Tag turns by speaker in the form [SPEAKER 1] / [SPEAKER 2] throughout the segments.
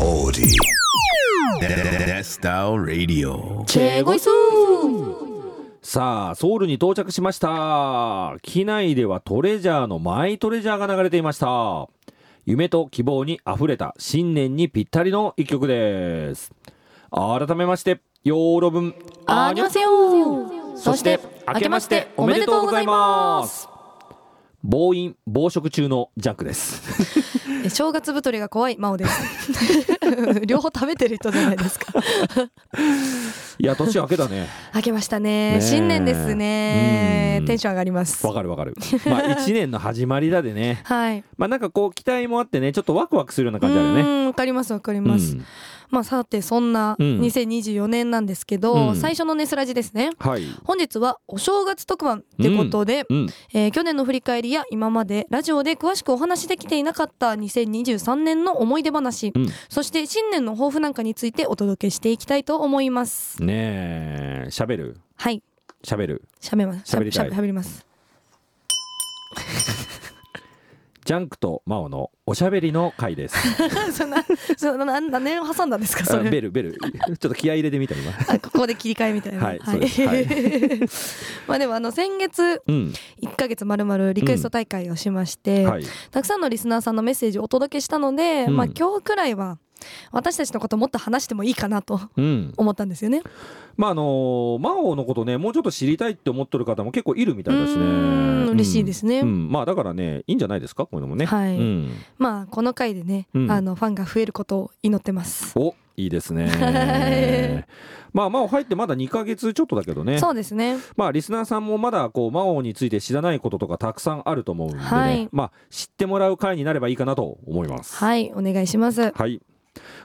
[SPEAKER 1] Audi. Death Style Radio.
[SPEAKER 2] チェゴイス
[SPEAKER 3] さあ、ソウルに到着しました。機内ではトレジャーのマイトレジャーが流れていました。夢と希望に溢れた新年にぴったりの一曲です。改めまして、ヨーロ文、
[SPEAKER 2] アニョンセヨそして明けましておめでとうございます
[SPEAKER 3] す。暴飲暴食中のジャックです。
[SPEAKER 4] え正月太りが怖い真央です 両方食べてる人じゃないですか
[SPEAKER 3] いや、年明けだね。
[SPEAKER 4] 明けました
[SPEAKER 3] ね
[SPEAKER 4] ね
[SPEAKER 3] え
[SPEAKER 4] 新年ですね
[SPEAKER 3] うん
[SPEAKER 4] テンション上がります
[SPEAKER 3] わかるわかる。まあ、一年の始まりだでね。
[SPEAKER 4] はい
[SPEAKER 3] まあ、なんかこう、期待もあってね、ちょっとワクワクするような
[SPEAKER 4] う
[SPEAKER 3] 感じだよね。
[SPEAKER 4] んわかりますわかります、
[SPEAKER 3] うん
[SPEAKER 4] まあさてそんな
[SPEAKER 3] うん
[SPEAKER 4] 2024年なんですけ
[SPEAKER 3] う
[SPEAKER 4] ど、
[SPEAKER 3] ん
[SPEAKER 4] 最初のネスラジですね
[SPEAKER 3] はい。
[SPEAKER 4] 本日はお正月特番ってことで、
[SPEAKER 3] うん。
[SPEAKER 4] えー去年の振り返りや今までラジオで詳しくお話しできていなかった2023年の思い出話、
[SPEAKER 3] うん
[SPEAKER 4] そして新年の抱負なんかについてお届けしていきたいと思います
[SPEAKER 3] ねえ、喋る
[SPEAKER 4] はい
[SPEAKER 3] 喋る。
[SPEAKER 4] しゃべますしゃ
[SPEAKER 3] 喋りたい
[SPEAKER 4] しゃべります
[SPEAKER 3] ジャンクとマオのおしゃべりの回です。
[SPEAKER 4] そんなそんな何年を挟んだんです かそ
[SPEAKER 3] あ
[SPEAKER 4] れ
[SPEAKER 3] ベルベ ル。ちょっと気合い入れてみた今。
[SPEAKER 4] あここで切り替えみたいな
[SPEAKER 3] はいそうですはい
[SPEAKER 4] まあでもあの先月
[SPEAKER 3] うん。
[SPEAKER 4] 1ヶ月まるまるリクエスト大会をしまして、
[SPEAKER 3] はい。
[SPEAKER 4] たくさんのリスナーさんのメッセージをお届けしたので、
[SPEAKER 3] うん
[SPEAKER 4] まあ今日くらいは私たちのこともっと話してもいいかなと
[SPEAKER 3] うん。
[SPEAKER 4] 思ったんですよね。
[SPEAKER 3] まああのーマオのことね、もうちょっと知りたいって思っとる方も結構いるみたいだしね。
[SPEAKER 4] うーん嬉しいですね
[SPEAKER 3] うんうんまあだからね、いいんじゃないですかこういうのもね。
[SPEAKER 4] はい
[SPEAKER 3] うん
[SPEAKER 4] まあこの回でね、
[SPEAKER 3] うん
[SPEAKER 4] あのファンが増えることを祈ってます。
[SPEAKER 3] お、いいです
[SPEAKER 4] は
[SPEAKER 3] ね。 まあマオ入ってまだ2ヶ月ちょっとだけどね。
[SPEAKER 4] そうですね。
[SPEAKER 3] まあリスナーさんもまだこう魔王について知らないこととかたくさんあると思うんでね、
[SPEAKER 4] はい
[SPEAKER 3] まあ知ってもらう回になればいいかなと思います。はい。
[SPEAKER 4] はい、お願いします。はい、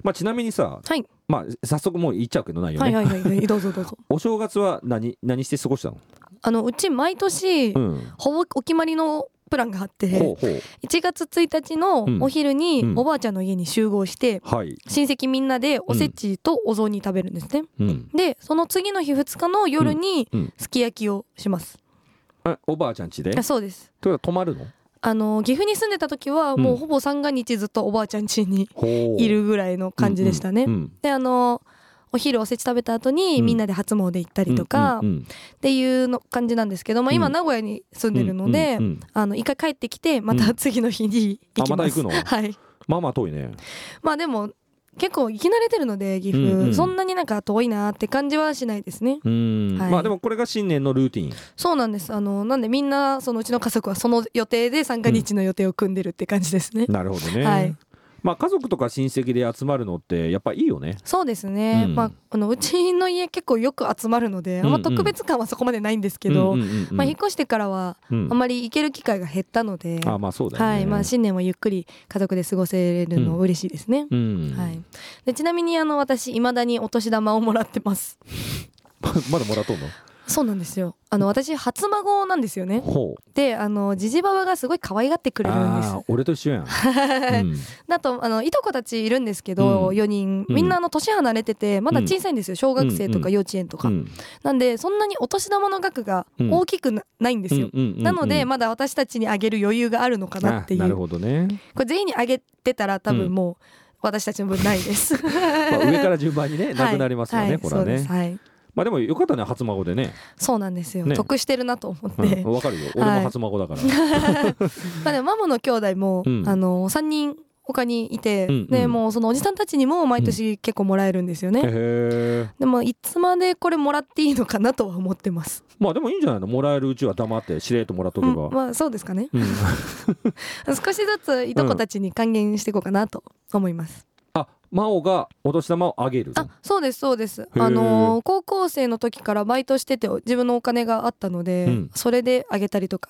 [SPEAKER 3] まあちなみにさ、
[SPEAKER 4] はい
[SPEAKER 3] まあ早速もう言っちゃうけどないよね。
[SPEAKER 4] はいはいはい、どうぞどう ぞ。
[SPEAKER 3] お正月は何何して過ごしたの？
[SPEAKER 4] あのうち毎年、
[SPEAKER 3] うん。
[SPEAKER 4] ほぼお決まりのプランがあって、
[SPEAKER 3] ほうほう。
[SPEAKER 4] 1月1日のお昼に
[SPEAKER 3] うん
[SPEAKER 4] おばあちゃんの家に集合して、
[SPEAKER 3] はい。
[SPEAKER 4] 親戚みんなでおせちとお雑煮食べるんですね。
[SPEAKER 3] うん。
[SPEAKER 4] でその次の日2日の夜に
[SPEAKER 3] うんうん
[SPEAKER 4] すき焼きをします。
[SPEAKER 3] あおばあちゃん家で
[SPEAKER 4] あ。そうです
[SPEAKER 3] とは泊まるの？
[SPEAKER 4] あの岐阜に住んでた時は
[SPEAKER 3] うん
[SPEAKER 4] もうほぼ三が日ずっとおばあちゃん家に
[SPEAKER 3] ほう。
[SPEAKER 4] いるぐらいの感じでしたね。
[SPEAKER 3] うんうん。
[SPEAKER 4] であのお昼おせち食べた後
[SPEAKER 3] う
[SPEAKER 4] に
[SPEAKER 3] ん
[SPEAKER 4] みんなで初詣行ったりとか
[SPEAKER 3] うんうん
[SPEAKER 4] っていうの感じなんですけど、まあ、今
[SPEAKER 3] うん
[SPEAKER 4] 名古屋に住
[SPEAKER 3] うん
[SPEAKER 4] んでるので、
[SPEAKER 3] うんうん
[SPEAKER 4] あの一回帰ってきてまた次の日に行き
[SPEAKER 3] あまた
[SPEAKER 4] ま
[SPEAKER 3] 行
[SPEAKER 4] す。
[SPEAKER 3] く の
[SPEAKER 4] はい、
[SPEAKER 3] まあまあ遠いね。
[SPEAKER 4] まあでも結構行き慣れてるので岐阜、
[SPEAKER 3] うんうん
[SPEAKER 4] そんなになんか遠いなって感じはしないですね
[SPEAKER 3] うん。
[SPEAKER 4] はい
[SPEAKER 3] まあでもこれが新年のルーティン。
[SPEAKER 4] そうなんですあのなんでみんなそのうちの家族はその予定で参加日の予定を組んでるって感じですね、
[SPEAKER 3] なるほどね。
[SPEAKER 4] はい
[SPEAKER 3] まあ家族とか親戚で集まるのってやっぱいいよね。
[SPEAKER 4] そうですね、
[SPEAKER 3] うん
[SPEAKER 4] まああのうちの家結構よく集まるのであん
[SPEAKER 3] うんう
[SPEAKER 4] ま
[SPEAKER 3] ん
[SPEAKER 4] 特別感はそこまでないんですけど、
[SPEAKER 3] うんうんうんうん
[SPEAKER 4] まあ、引っ越してからは
[SPEAKER 3] うん
[SPEAKER 4] あまり行ける機会が減ったので、
[SPEAKER 3] あまあそうだよね。
[SPEAKER 4] はいまあ、新年はゆっくり家族で過ごせるの嬉しいですね、
[SPEAKER 3] うん。
[SPEAKER 4] はい、でちなみにあの私いまだにお年玉をもらってます
[SPEAKER 3] ま まだもらっとんの。
[SPEAKER 4] そうなんですよあの私初孫なんですよね
[SPEAKER 3] ほう。
[SPEAKER 4] であのジジババがすごい可愛がってくれるんです
[SPEAKER 3] あー俺と一緒やん。うん
[SPEAKER 4] だとあのいとこたちいるんですけど、
[SPEAKER 3] うん
[SPEAKER 4] 4人みんなあの年離れててまだ小さいんですよ小学生とか幼稚園とか、
[SPEAKER 3] うん
[SPEAKER 4] なんでそんなにお年玉の額が大きくな,、いんですよ、
[SPEAKER 3] うんうんうんうん
[SPEAKER 4] なのでまだ私たちにあげる余裕があるのかなっていう
[SPEAKER 3] あなるほ どね。
[SPEAKER 4] これ全員にあげてたら多分もう私たちの分ないです、
[SPEAKER 3] まあ上から順番にね、 なくなりますよ
[SPEAKER 4] は
[SPEAKER 3] ね、
[SPEAKER 4] い
[SPEAKER 3] これ
[SPEAKER 4] そ
[SPEAKER 3] は
[SPEAKER 4] うです
[SPEAKER 3] ね。
[SPEAKER 4] はい
[SPEAKER 3] まあでもよかったね、初孫でね。
[SPEAKER 4] そうなんですよ、
[SPEAKER 3] ね
[SPEAKER 4] 得してるなと思って、
[SPEAKER 3] うんわかるよ。俺も初孫だから。
[SPEAKER 4] まあでもママの兄弟も、
[SPEAKER 3] うん
[SPEAKER 4] あの3人他にいて、
[SPEAKER 3] うんうん
[SPEAKER 4] でもうそのおじさんたちにも毎年結構もらえるんですよね、
[SPEAKER 3] へえ。
[SPEAKER 4] でもいつまでこれもらっていいのかなとは思ってます、
[SPEAKER 3] まあでもいいんじゃないのもらえるうちは黙って、しれっともらっとけば。
[SPEAKER 4] うんまあそうですかね
[SPEAKER 3] うん
[SPEAKER 4] 少しずついとこたちに還元していこうかなと思います、
[SPEAKER 3] あ、真央がお年玉をあげると。
[SPEAKER 4] あそうですそうです
[SPEAKER 3] ー
[SPEAKER 4] あのー高校生の時からバイトしてて自分のお金があったので、
[SPEAKER 3] うん
[SPEAKER 4] それであげたりとか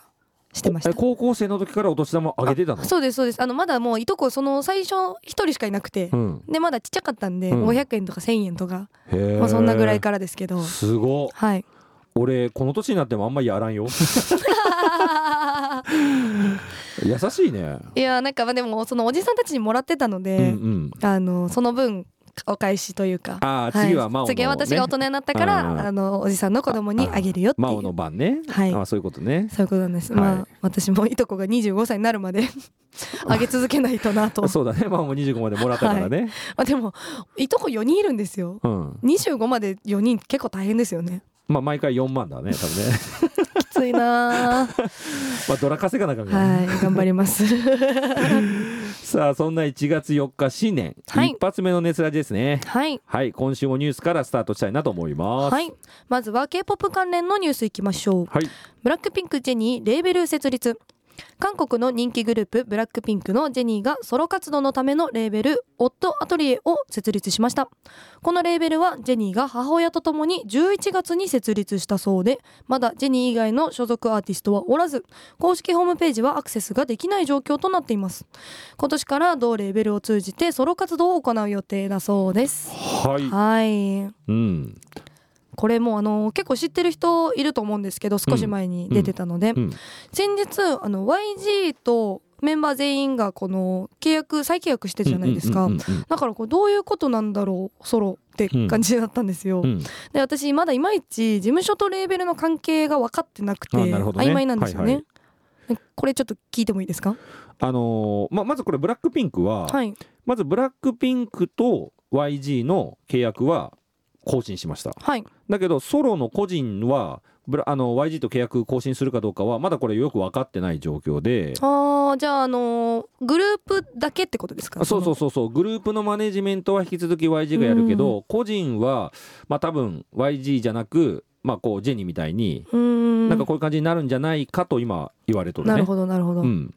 [SPEAKER 4] してました
[SPEAKER 3] え高校生の時からお年玉をあげてたの
[SPEAKER 4] そうですそうですあのまだもういとこその最初一人しかいなくて、
[SPEAKER 3] うん。
[SPEAKER 4] でまだちっちゃかったんで、
[SPEAKER 3] うん
[SPEAKER 4] 500円とか1,000円とか、
[SPEAKER 3] へえ。
[SPEAKER 4] まあ、そんなぐらいからですけ ど
[SPEAKER 3] すごっ。
[SPEAKER 4] はい
[SPEAKER 3] 俺、この年になってもあんまやらんよ。優しいね。
[SPEAKER 4] いやなんかまあでもそのおじさんたちにもらってたの
[SPEAKER 3] うんう
[SPEAKER 4] で、
[SPEAKER 3] ん。
[SPEAKER 4] あのその分お返しというか
[SPEAKER 3] あー次はい真央の
[SPEAKER 4] 次は私が大人になったか
[SPEAKER 3] ねうん
[SPEAKER 4] らあのおじさんの子供にあげるよってい
[SPEAKER 3] 真央の
[SPEAKER 4] う
[SPEAKER 3] 番ね、
[SPEAKER 4] はい
[SPEAKER 3] あそういうことね
[SPEAKER 4] そういうことなんです、
[SPEAKER 3] はい
[SPEAKER 4] まあ私もいとこが25歳になるまで あげ続けないとなと
[SPEAKER 3] そうだね真央も25までもらったからね、
[SPEAKER 4] あでもいとこ4人いるんですよ
[SPEAKER 3] うん
[SPEAKER 4] 25まで4人結構大変ですよね
[SPEAKER 3] まあ毎回4万だね多分 ね
[SPEAKER 4] きつい なー
[SPEAKER 3] まあドラ稼がなあかんからね、
[SPEAKER 4] はい頑張ります
[SPEAKER 3] さあそんな1月4日新年、
[SPEAKER 4] はい
[SPEAKER 3] 一発目の熱ラジですね
[SPEAKER 4] はい
[SPEAKER 3] はい今週もニュースからスタートしたいなと思います
[SPEAKER 4] はいまずは K-POP 関連のニュースいきましょう
[SPEAKER 3] はい
[SPEAKER 4] ブラックピンクジェニーレーベル設立韓国の人気グループブラックピンクのジェニーがソロ活動のためのレーベルオットアトリエを設立しましたこのレーベルはジェニーが母親と共に11月に設立したそうでまだジェニー以外の所属アーティストはおらず公式ホームページはアクセスができない状況となっています今年から同レーベルを通じてソロ活動を行う予定だそうです
[SPEAKER 3] はい、
[SPEAKER 4] はい
[SPEAKER 3] うん
[SPEAKER 4] これもうあの結構知ってる人いると思うんですけど少し前に出てたので、
[SPEAKER 3] うん
[SPEAKER 4] 先日あの YG とメンバー全員がこの契約再契約してたじゃないですか、
[SPEAKER 3] うんうんうん
[SPEAKER 4] だからこれどういうことなんだろうソロって感じだったんですよ、
[SPEAKER 3] うんうん
[SPEAKER 4] で私まだいまいち事務所とレーベルの関係が分かってなくて
[SPEAKER 3] あなるほどね
[SPEAKER 4] 曖昧なんですよね、
[SPEAKER 3] はい
[SPEAKER 4] でこれちょっと聞いてもいいですか
[SPEAKER 3] あのーまあ、まずこれブラックピンクは、
[SPEAKER 4] はい
[SPEAKER 3] まずブラックピンクと YG の契約は更新しました
[SPEAKER 4] はい
[SPEAKER 3] だけどソロの個人はブラあの YG と契約更新するかどうかはまだこれよく分かってない状況で
[SPEAKER 4] あーじゃああのーグループだけってことですか
[SPEAKER 3] そうそううそうそうグループのマネジメントは引き続き YG がやるけど、個人はまあ多分 YG じゃなくまあこうジェニーみたいに
[SPEAKER 4] うーん
[SPEAKER 3] なんかこういう感じになるんじゃないかと今言われとるね。
[SPEAKER 4] なるほどなるほど、
[SPEAKER 3] うん、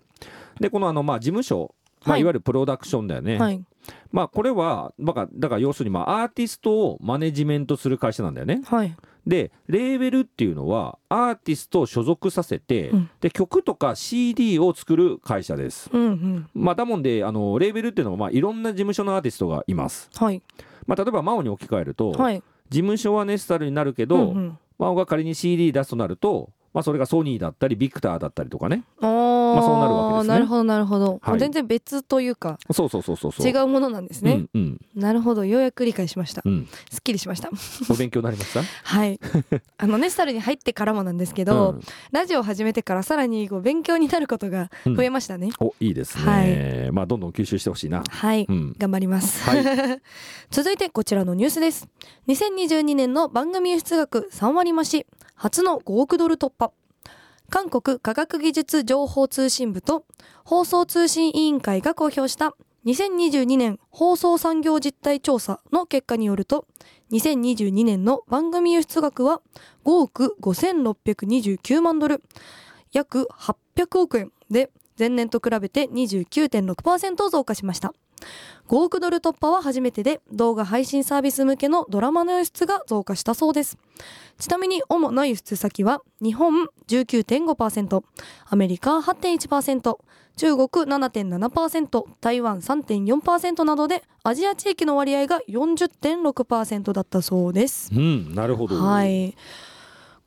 [SPEAKER 3] でこのあのまあ事務所、まあ、
[SPEAKER 4] はい
[SPEAKER 3] いわゆるプロダクションだよね、
[SPEAKER 4] はい
[SPEAKER 3] まあ、これはまあだから要するにまあアーティストをマネジメントする会社なんだよね。
[SPEAKER 4] はい
[SPEAKER 3] でレーベルっていうのはアーティストを所属させて、
[SPEAKER 4] うん
[SPEAKER 3] で曲とか CD を作る会社です。
[SPEAKER 4] うんうん
[SPEAKER 3] まあ、だもんであのレーベルっていうのはまあいろんな事務所のアーティストがいます。
[SPEAKER 4] はい
[SPEAKER 3] まあ、例えば真央に置き換えると、
[SPEAKER 4] はい
[SPEAKER 3] 事務所はネスタルになるけど、
[SPEAKER 4] うんうん
[SPEAKER 3] 真央が仮に CD 出すとなると、まあ、それがソニーだったりビクターだったりとかね
[SPEAKER 4] あー、
[SPEAKER 3] まあそうなるわけですね
[SPEAKER 4] なるほどなるほど、
[SPEAKER 3] はい
[SPEAKER 4] もう全然別というか
[SPEAKER 3] そうそうそうそうそう
[SPEAKER 4] 違うものなんですね、
[SPEAKER 3] うんうん
[SPEAKER 4] なるほどようやく理解しました
[SPEAKER 3] うん、
[SPEAKER 4] すっきりしました
[SPEAKER 3] お勉強になりました
[SPEAKER 4] はいあのネスタルに入ってからもなんですけ ど、
[SPEAKER 3] うん
[SPEAKER 4] ラジオを始めてからさらにこう勉強になることが増えましたね、
[SPEAKER 3] おいいですね、まあどんどん吸収してほしいな
[SPEAKER 4] はい、
[SPEAKER 3] うん
[SPEAKER 4] 頑張ります、
[SPEAKER 3] は
[SPEAKER 4] 続いてこちらのニュースです2022年の番組輸出額3割増し初の5億ドル突破韓国科学技術情報通信部と放送通信委員会が公表した2022年放送産業実態調査の結果によると2022年の番組輸出額は5億5629万ドル約800億円で前年と比べて29.6%増加しました5億ドル突破は初めてで動画配信サービス向けのドラマの輸出が増加したそうですちなみに主な輸出先は日本19.5%アメリカ8.1%中国7.7%台湾3.4%などでアジア地域の割合が40.6%だったそうです
[SPEAKER 3] うんなるほど、
[SPEAKER 4] はい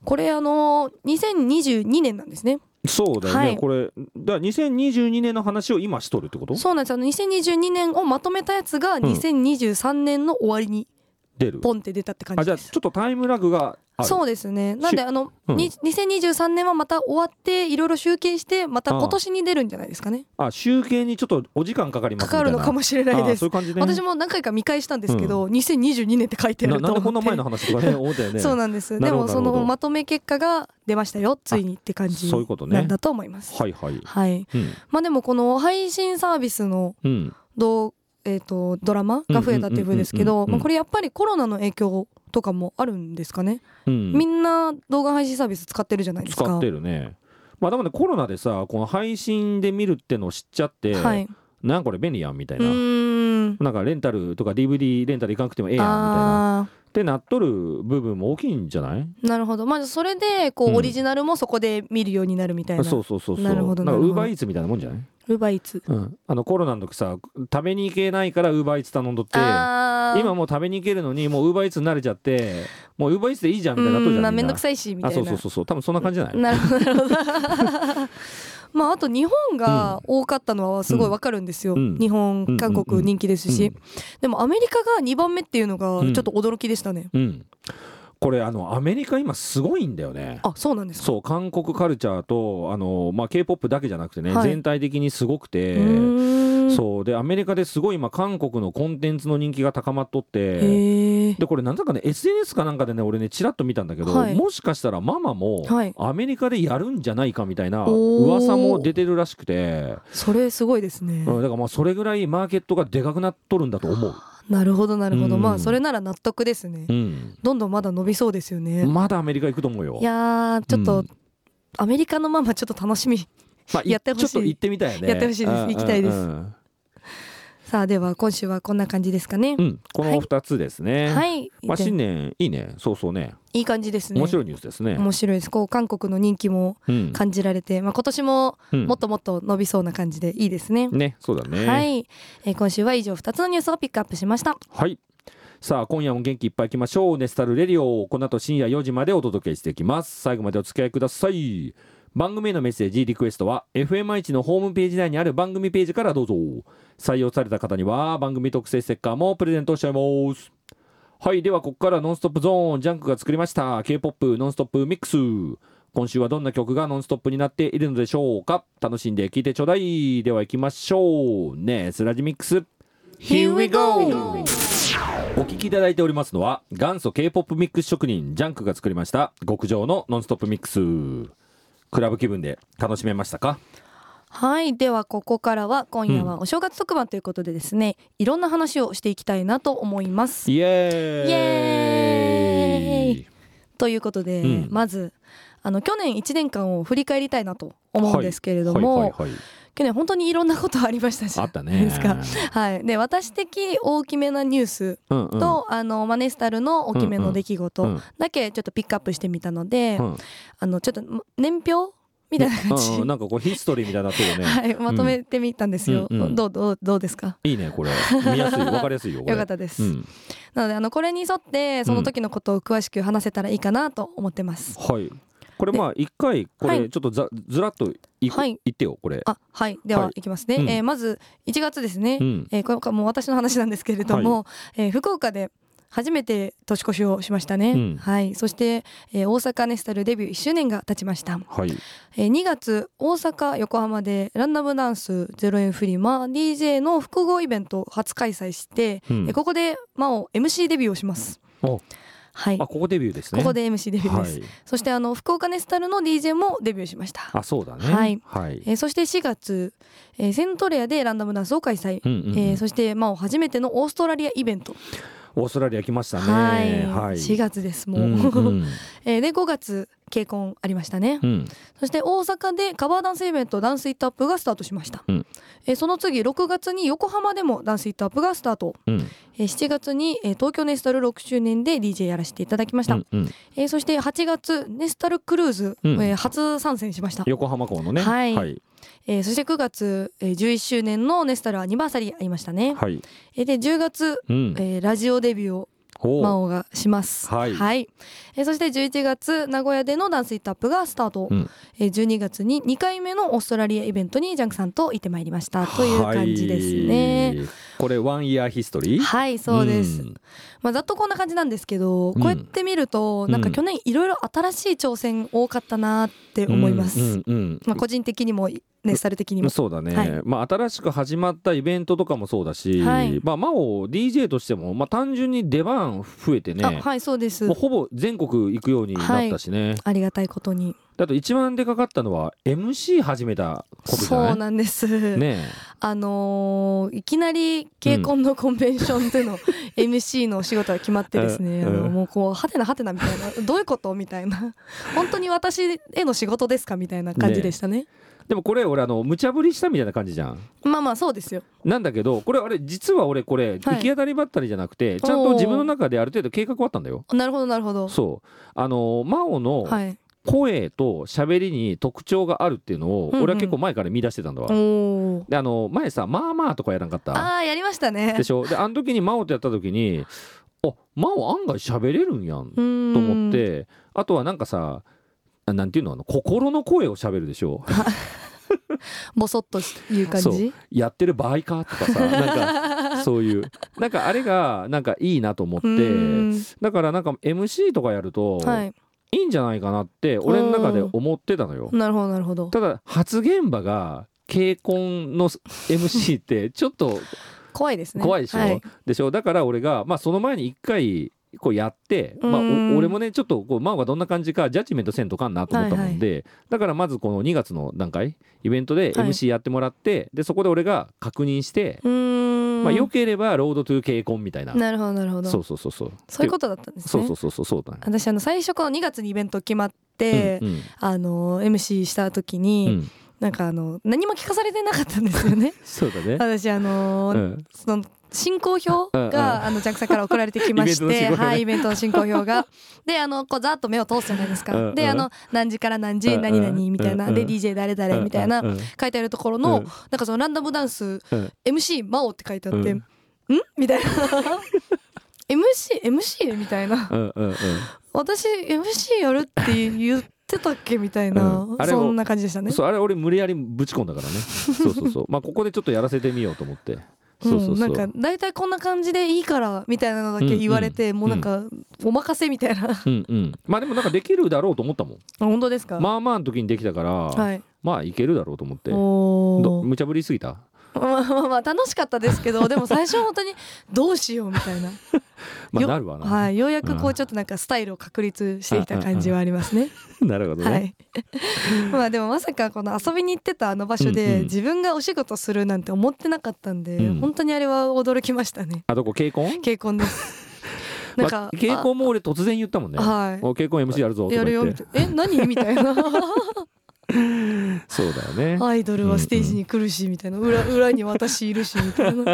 [SPEAKER 4] これあの2022年なんですね
[SPEAKER 3] そうだよね、
[SPEAKER 4] はい
[SPEAKER 3] これだから2022年の話を今しとるってこと
[SPEAKER 4] そうなんですあの2022年をまとめたやつが2023年の終わりに
[SPEAKER 3] 出る
[SPEAKER 4] ポンって出たって感
[SPEAKER 3] あ
[SPEAKER 4] じ
[SPEAKER 3] じゃ
[SPEAKER 4] で
[SPEAKER 3] あ
[SPEAKER 4] す、
[SPEAKER 3] ちょっとタイムラグがある
[SPEAKER 4] そうですねなんであの、
[SPEAKER 3] うん
[SPEAKER 4] に2023年はまた終わっていろいろ集計してまた
[SPEAKER 3] ああ
[SPEAKER 4] 今年に出るんじゃないですかね
[SPEAKER 3] あ集計にちょっとお時間かかります
[SPEAKER 4] か
[SPEAKER 3] みたい
[SPEAKER 4] かる
[SPEAKER 3] な
[SPEAKER 4] のかもしれないで
[SPEAKER 3] あそ
[SPEAKER 4] す
[SPEAKER 3] ういう感じね
[SPEAKER 4] 私も何回か見返したんですけど、2022年って書いてあ
[SPEAKER 3] な
[SPEAKER 4] ると
[SPEAKER 3] なん
[SPEAKER 4] 思っ
[SPEAKER 3] で
[SPEAKER 4] て
[SPEAKER 3] こんな前の話とかね思ったよね
[SPEAKER 4] そうなんです
[SPEAKER 3] な
[SPEAKER 4] で
[SPEAKER 3] るほ
[SPEAKER 4] も
[SPEAKER 3] ど
[SPEAKER 4] そ
[SPEAKER 3] なるほ
[SPEAKER 4] の
[SPEAKER 3] ど
[SPEAKER 4] まとめ結果が出ましたよついにって感じ
[SPEAKER 3] そういうことね
[SPEAKER 4] なんだと思います、
[SPEAKER 3] はいはい
[SPEAKER 4] はい
[SPEAKER 3] うん
[SPEAKER 4] まあでもこの配信サービスの
[SPEAKER 3] うん
[SPEAKER 4] どうえー、とドラマが増えたっていうふうですけ
[SPEAKER 3] うんうんうんうんう
[SPEAKER 4] ど
[SPEAKER 3] ん
[SPEAKER 4] まあこれやっぱりコロナの影響とかもあるんですかね、
[SPEAKER 3] うん
[SPEAKER 4] みんな動画配信サービス使ってるじゃないですか
[SPEAKER 3] 使ってるねまあでもねコロナでさこの配信で見るってのを知っちゃって、
[SPEAKER 4] はい
[SPEAKER 3] なんかこれ便利やんみたいうな、
[SPEAKER 4] ーん
[SPEAKER 3] なんかレンタルとか DVD レンタル行かなくてもええやんみたいな
[SPEAKER 4] あ
[SPEAKER 3] ってなっとる部分も大きいんじゃない
[SPEAKER 4] ーなるほどまあそれでこ
[SPEAKER 3] う
[SPEAKER 4] うんオリジナルもそこで見るようになるみたいな、
[SPEAKER 3] そうそうそうそう
[SPEAKER 4] なるほど
[SPEAKER 3] なん
[SPEAKER 4] な
[SPEAKER 3] かウ
[SPEAKER 4] る
[SPEAKER 3] ー
[SPEAKER 4] ほど
[SPEAKER 3] バーイーツみたいなもんじゃない、
[SPEAKER 4] ウーバーイーツ
[SPEAKER 3] うん、あのコロナの時さ食べに行けないからウーバーイーツ頼んどって
[SPEAKER 4] あー
[SPEAKER 3] 今もう食べに行けるのにもうウーバーイーツ慣れちゃってもうウーバーイーツでいいじゃんみたいになっと
[SPEAKER 4] う
[SPEAKER 3] るじ
[SPEAKER 4] ん
[SPEAKER 3] ゃん
[SPEAKER 4] まあ
[SPEAKER 3] み
[SPEAKER 4] 面
[SPEAKER 3] んな
[SPEAKER 4] 倒くさいしみた
[SPEAKER 3] あ
[SPEAKER 4] いな
[SPEAKER 3] そうそうそうそう多分そんな感じじゃない
[SPEAKER 4] なるほどなるほど ままあ、あと日本が多かったのはすごいわかるんですよ、
[SPEAKER 3] うん
[SPEAKER 4] 日
[SPEAKER 3] う
[SPEAKER 4] 本
[SPEAKER 3] ん
[SPEAKER 4] 韓国人気ですし、
[SPEAKER 3] うん
[SPEAKER 4] でもアメリカが2番目っていうのがちょっと驚きでしたね、
[SPEAKER 3] うん、これあのアメリカ今すごいんだよね
[SPEAKER 4] あそうなんですか
[SPEAKER 3] そう韓国カルチャーとあの、まあ、k p o p だけじゃなくてね、
[SPEAKER 4] はい
[SPEAKER 3] 全体的にすごくて
[SPEAKER 4] うーん
[SPEAKER 3] そうでアメリカですごい今韓国のコンテンツの人気が高まっとって
[SPEAKER 4] へえ
[SPEAKER 3] でこれなんだかね SNS かなんかでね俺ねちらっと見たんだけど、
[SPEAKER 4] はい
[SPEAKER 3] もしかしたらママも
[SPEAKER 4] はい
[SPEAKER 3] アメリカでやるんじゃないかみたいな
[SPEAKER 4] おー
[SPEAKER 3] 噂も出てるらしくて、
[SPEAKER 4] それすごいですね、
[SPEAKER 3] うん、だからまあそれぐらいマーケットがでかくなっとるんだと思う、
[SPEAKER 4] なるほどなるほど、
[SPEAKER 3] うん
[SPEAKER 4] まあそれなら納得ですね、
[SPEAKER 3] うん、
[SPEAKER 4] どんどんまだ伸びそうですよね、
[SPEAKER 3] まだアメリカ行くと思うよ
[SPEAKER 4] いやーちょっと、
[SPEAKER 3] うん
[SPEAKER 4] アメリカのママちょっと楽しみ
[SPEAKER 3] まあ、
[SPEAKER 4] やってほしい
[SPEAKER 3] ちょっと行ってみたいよね
[SPEAKER 4] やってほしいです行きたいです
[SPEAKER 3] うんうん
[SPEAKER 4] さあでは今週はこんな感じですかね、
[SPEAKER 3] うん、この2つですね。
[SPEAKER 4] はい、
[SPEAKER 3] まあ、
[SPEAKER 4] で
[SPEAKER 3] 新年いいね、そうそうね、
[SPEAKER 4] いい感じですね
[SPEAKER 3] 面白いニュースですね。
[SPEAKER 4] 面白いですこう韓国の人気も
[SPEAKER 3] うん
[SPEAKER 4] 感じられて、まあ、今年も
[SPEAKER 3] うん
[SPEAKER 4] もっともっと伸びそうな感じでいいですね、
[SPEAKER 3] ね、そうだね。
[SPEAKER 4] は、い、えー今週は以上2つのニュースをピックアップしました
[SPEAKER 3] はいさあ今夜も元気いっぱいいきましょう「ネスタルレディオ」この後深夜4時までお届けしていきます最後までお付き合いください番組へのメッセージリクエストは FMI1 のホームページ内にある番組ページからどうぞ採用された方には番組特製ステッカーもプレゼントしちゃいますはいではここから「ノンストップゾーン」ジャンクが作りました k p o p ノンストップミックス今週はどんな曲がノンストップになっているのでしょうか楽しんで聴いてちょうだいでは行きましょうねスラジミックス
[SPEAKER 4] Here we go!
[SPEAKER 3] お聞きいただいておりますのは元祖 K-POP ミックス職人ジャンクが作りました極上のノンストップミックスクラブ気分で楽しめましたか
[SPEAKER 4] はいではここからは今夜はお正月特番ということでですね、いろんな話をしていきたいなと思います
[SPEAKER 3] イエーイ
[SPEAKER 4] イエーイということで、
[SPEAKER 3] うん
[SPEAKER 4] まずあの去年1年間を振り返りたいなと思うんですけれども、
[SPEAKER 3] はいはいはいはい
[SPEAKER 4] 去年本当にいろんなことありましたじゃ
[SPEAKER 3] あ
[SPEAKER 4] な
[SPEAKER 3] った
[SPEAKER 4] い
[SPEAKER 3] ね
[SPEAKER 4] ですか。はい、で私的大きめなニュース
[SPEAKER 3] うんうん
[SPEAKER 4] と、あのマネスタルの大きめの出来
[SPEAKER 3] うんう
[SPEAKER 4] 事
[SPEAKER 3] ん
[SPEAKER 4] だけちょっとピックアップしてみたので、
[SPEAKER 3] うん
[SPEAKER 4] あのちょっと年表みたいな感じ、
[SPEAKER 3] うんうんなんかこうヒストリーみたいになってるよね、
[SPEAKER 4] はい、まとめてみたんですよ、
[SPEAKER 3] うんうん
[SPEAKER 4] どうどうどうですか
[SPEAKER 3] いいねこれ見 やすいわかりやすいよこれ
[SPEAKER 4] よかったです、
[SPEAKER 3] うん、
[SPEAKER 4] なのであのこれに沿ってその時のことを詳しく話せたらいいかなと思ってます、
[SPEAKER 3] はいこれまあ一回こ
[SPEAKER 4] は
[SPEAKER 3] れ
[SPEAKER 4] い
[SPEAKER 3] ちょっとざずらっといく、
[SPEAKER 4] はい
[SPEAKER 3] 言ってよこれ
[SPEAKER 4] あはいで
[SPEAKER 3] は
[SPEAKER 4] はいいきますね、
[SPEAKER 3] うん
[SPEAKER 4] えーまず1月ですね、
[SPEAKER 3] うん
[SPEAKER 4] えーこれこれもう私の話なんですけれども、えー福岡で初めて年越しをしましたね、
[SPEAKER 3] うん
[SPEAKER 4] はいそして、えー大阪ネスタルデビュー1周年が経ちました、
[SPEAKER 3] はい
[SPEAKER 4] えー2月大阪横浜でランダムダンス0円フリマ DJ の複合イベントを初開催して、
[SPEAKER 3] うん
[SPEAKER 4] えーここで真央 MC デビューをします
[SPEAKER 3] お
[SPEAKER 4] はい
[SPEAKER 3] あここデビューですね
[SPEAKER 4] ここで MC デビューです、
[SPEAKER 3] はい、
[SPEAKER 4] そしてあの福岡ネスタルの DJ もデビューしました
[SPEAKER 3] あそうだね
[SPEAKER 4] はい
[SPEAKER 3] はい
[SPEAKER 4] えーそして4月、えーセントレアでランダムダンスを開催、
[SPEAKER 3] うんうんうん
[SPEAKER 4] えーそして真央初めてのオーストラリアイベント、
[SPEAKER 3] オーストラリア来ましたね。
[SPEAKER 4] はい、
[SPEAKER 3] はい。
[SPEAKER 4] 4月ですもう、
[SPEAKER 3] うんうん
[SPEAKER 4] えーで5月結婚ありましたね、
[SPEAKER 3] うん
[SPEAKER 4] そして大阪でカバーダンスイベントダンスイットアップがスタートしました、
[SPEAKER 3] うん
[SPEAKER 4] えーその次6月に横浜でもダンスイットアップがスタート、
[SPEAKER 3] うん
[SPEAKER 4] えー7月に、えー東京ネスタル6周年で DJ やらせていただきました、
[SPEAKER 3] うんうん
[SPEAKER 4] えーそして8月ネスタルクルーズ、
[SPEAKER 3] うん
[SPEAKER 4] えー初参戦しました、
[SPEAKER 3] 横浜港のね。
[SPEAKER 4] はい
[SPEAKER 3] はい。
[SPEAKER 4] えーそして9月、えー11周年のネスタルアニバーサリーありましたね、
[SPEAKER 3] はい。
[SPEAKER 4] えーで10月、
[SPEAKER 3] うん。
[SPEAKER 4] えーラジオデビューを
[SPEAKER 3] ほう
[SPEAKER 4] 真央がします
[SPEAKER 3] はい
[SPEAKER 4] えーそして11月名古屋でのダンスイットアップがスタート、
[SPEAKER 3] うん
[SPEAKER 4] えー12月に2回目のオーストラリアイベントにジャンクさんと行ってまいりましたという感じですね。
[SPEAKER 3] はい。これワンイヤーヒストリー。
[SPEAKER 4] はい、そうです、
[SPEAKER 3] ん
[SPEAKER 4] まあ、ざっとこんな感じなんですけど、
[SPEAKER 3] うん
[SPEAKER 4] こうやって見るとなんか去年いろいろ新しい挑戦多かったなって思います、
[SPEAKER 3] うんうん
[SPEAKER 4] まあ、個人的にもネスタル的に
[SPEAKER 3] うん。
[SPEAKER 4] も、
[SPEAKER 3] そうだね、
[SPEAKER 4] はい
[SPEAKER 3] まあ、新しく始まったイベントとかもそうだし、
[SPEAKER 4] はい
[SPEAKER 3] まあ、真央 DJ としても、まあ、単純に出番増えてね、
[SPEAKER 4] あはいそうです
[SPEAKER 3] もうほぼ全国行くようになったしね、
[SPEAKER 4] ありがたいことに
[SPEAKER 3] だと一番でかかったのは MC 始めたことじゃない
[SPEAKER 4] そうなんです、
[SPEAKER 3] ねえ
[SPEAKER 4] あのーいきなり慶婚のコンベンションでの MC のお仕事が決まってですね、
[SPEAKER 3] うん
[SPEAKER 4] あの
[SPEAKER 3] うん
[SPEAKER 4] もうこうはてなはてなみたいなどういうことみたいな本当に私への仕事ですかみたいな感じでしたね
[SPEAKER 3] でもこれ俺あの無茶ぶりしたみたいな感じじゃん
[SPEAKER 4] まあまあそうですよ
[SPEAKER 3] なんだけどこれあれ実は俺これ行き当たりばったりじゃなくて、ちゃんと自分の中である程度計画はあったんだよ
[SPEAKER 4] なるほどなるほど
[SPEAKER 3] そうあの真央の
[SPEAKER 4] はい
[SPEAKER 3] 声と喋りに特徴があるっていうのを、
[SPEAKER 4] うんうん
[SPEAKER 3] 俺は結構前から見出してたんだわ、
[SPEAKER 4] おお
[SPEAKER 3] であの前さまあまあとかやらんかった
[SPEAKER 4] ああーやりましたね
[SPEAKER 3] でしょであの時に真央とやった時にあ真央案外喋れるんやん
[SPEAKER 4] うー
[SPEAKER 3] と
[SPEAKER 4] ん
[SPEAKER 3] 思ってあとはなんかさなんていうのあの心の声を喋るでしょ
[SPEAKER 4] ボソッという感
[SPEAKER 3] そう
[SPEAKER 4] じ
[SPEAKER 3] やってる場合かとかさなん かそういうなんかあれがなんかいいなと思っ
[SPEAKER 4] う
[SPEAKER 3] て
[SPEAKER 4] ん
[SPEAKER 3] だからなんか MC とかやると
[SPEAKER 4] はい
[SPEAKER 3] いいんじゃないかなって俺の中で思ってたのよ。
[SPEAKER 4] なるほどなるほど
[SPEAKER 3] ただ発言場が軽婚の MC ってちょっと
[SPEAKER 4] 怖いですね
[SPEAKER 3] 怖いでしょ、
[SPEAKER 4] はい
[SPEAKER 3] でしょだから俺が、まあ、その前に一回こうやって、まあ、
[SPEAKER 4] うん
[SPEAKER 3] お俺もねちょっとこう真央がどんな感じかジャッジメントせんとかんなと思ったもんで、だからまずこの2月の段階イベントで
[SPEAKER 4] はい
[SPEAKER 3] MC やってもらって、でそこで俺が確認して、
[SPEAKER 4] うーん
[SPEAKER 3] まあ、よければロードトゥー軽婚みたいな
[SPEAKER 4] なるほどなるほど
[SPEAKER 3] そうそうそうそう
[SPEAKER 4] そういう
[SPEAKER 3] と
[SPEAKER 4] ことだったんです
[SPEAKER 3] そう
[SPEAKER 4] ね
[SPEAKER 3] そうそうそうそうだね
[SPEAKER 4] 私あの最初この2月にイベント決まって、
[SPEAKER 3] うん
[SPEAKER 4] あの MC した時に、
[SPEAKER 3] うんうん
[SPEAKER 4] なんかあの何も聞かされてなかったんですよね
[SPEAKER 3] そうだね、
[SPEAKER 4] 私あの、
[SPEAKER 3] うん
[SPEAKER 4] その進行表
[SPEAKER 3] うんうん
[SPEAKER 4] があのジャンクさんから送られてきまし
[SPEAKER 3] イベント
[SPEAKER 4] て
[SPEAKER 3] の進行表ね
[SPEAKER 4] はいイベントの進行表がであのこうざーっと目を通すじゃないです
[SPEAKER 3] うんう
[SPEAKER 4] か
[SPEAKER 3] ん
[SPEAKER 4] であの何時から何
[SPEAKER 3] うん
[SPEAKER 4] 時
[SPEAKER 3] うん
[SPEAKER 4] 何々みたい
[SPEAKER 3] うんう
[SPEAKER 4] なんで DJ 誰々みたいな
[SPEAKER 3] うんうん
[SPEAKER 4] 書いてあるところ
[SPEAKER 3] う
[SPEAKER 4] のなん
[SPEAKER 3] ん
[SPEAKER 4] かそのランダムダンス
[SPEAKER 3] うん
[SPEAKER 4] MC 魔王って書いてあって
[SPEAKER 3] うん
[SPEAKER 4] んみたいな MC MC みたいな
[SPEAKER 3] うんうんうん
[SPEAKER 4] 私 MC やるって言ってたっけみたいな
[SPEAKER 3] うんあれを
[SPEAKER 4] そんな感じでしたね
[SPEAKER 3] そうあれ俺無理やりぶち込んだから ねそうそうそうまあここでちょっとやらせてみようと思って
[SPEAKER 4] う
[SPEAKER 3] そうそうそ
[SPEAKER 4] んな
[SPEAKER 3] うん
[SPEAKER 4] か大体こんな感じでいいからみたいなのだけ言われて、
[SPEAKER 3] うん
[SPEAKER 4] もうなんかお任せみたいなあ
[SPEAKER 3] うんうんまあでもなんかできるだろうと思ったもん
[SPEAKER 4] 本当ですか、
[SPEAKER 3] まあまあの時にできたから、
[SPEAKER 4] はい
[SPEAKER 3] まあいけるだろうと思ってど
[SPEAKER 4] おー
[SPEAKER 3] 無茶ぶりすぎた
[SPEAKER 4] まあまあまあ楽しかったですけ どでも最初は本当にどうしようみたいな、
[SPEAKER 3] まあ
[SPEAKER 4] よ
[SPEAKER 3] なるわな、
[SPEAKER 4] はい、ようやくこ
[SPEAKER 3] うん
[SPEAKER 4] うちょっとなんかスタイルを確立してきた感じはありますね。
[SPEAKER 3] なるほどね、
[SPEAKER 4] はい まあでもまさかこの遊びに行ってたあの場所
[SPEAKER 3] うんう
[SPEAKER 4] で
[SPEAKER 3] ん
[SPEAKER 4] 自分がお仕事するなんて思ってなかったんで、
[SPEAKER 3] うん
[SPEAKER 4] 本当にあれは驚きましたね。
[SPEAKER 3] あとこう稽古
[SPEAKER 4] 結婚です。 なんか、
[SPEAKER 3] まあ稽古も俺突然言ったもんね
[SPEAKER 4] はい
[SPEAKER 3] お稽古 MC やるぞと
[SPEAKER 4] や
[SPEAKER 3] か
[SPEAKER 4] る
[SPEAKER 3] 言
[SPEAKER 4] よ
[SPEAKER 3] っ
[SPEAKER 4] み
[SPEAKER 3] て
[SPEAKER 4] たいなえ何みたいな
[SPEAKER 3] そうだよね、
[SPEAKER 4] アイドルはステージに来るしみたいな裏裏に私いるしみたいな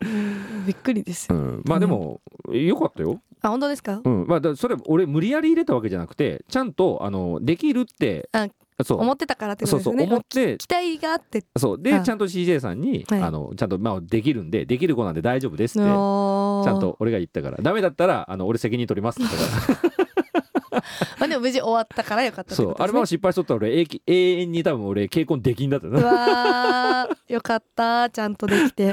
[SPEAKER 4] うんびっくりです
[SPEAKER 3] う
[SPEAKER 4] よ
[SPEAKER 3] ん、まあでも、よかったよ、
[SPEAKER 4] あ本当ですか
[SPEAKER 3] うんまあ、だそれ俺無理やり入れたわけじゃなくてちゃんとあのできるって
[SPEAKER 4] あ
[SPEAKER 3] そう
[SPEAKER 4] 思ってたからってこと
[SPEAKER 3] そう
[SPEAKER 4] です
[SPEAKER 3] そ
[SPEAKER 4] よ
[SPEAKER 3] う
[SPEAKER 4] ね
[SPEAKER 3] 思って
[SPEAKER 4] 期待があって
[SPEAKER 3] そうで
[SPEAKER 4] あ
[SPEAKER 3] ちゃんと CJ さんに、
[SPEAKER 4] はい
[SPEAKER 3] あのちゃんと、まあ、できるんでできる子なんで大丈夫ですって
[SPEAKER 4] ゃ
[SPEAKER 3] ちゃんと俺が言ったからダメだったらあの俺責任取りますって言った から
[SPEAKER 4] まあでも無事終わったからよかったって
[SPEAKER 3] そう、
[SPEAKER 4] こと
[SPEAKER 3] あ
[SPEAKER 4] で
[SPEAKER 3] れ
[SPEAKER 4] す
[SPEAKER 3] も
[SPEAKER 4] ね
[SPEAKER 3] し失敗しとったら俺永久永遠に多分俺結婚できんだった
[SPEAKER 4] う
[SPEAKER 3] な
[SPEAKER 4] わーよかったちゃんとできて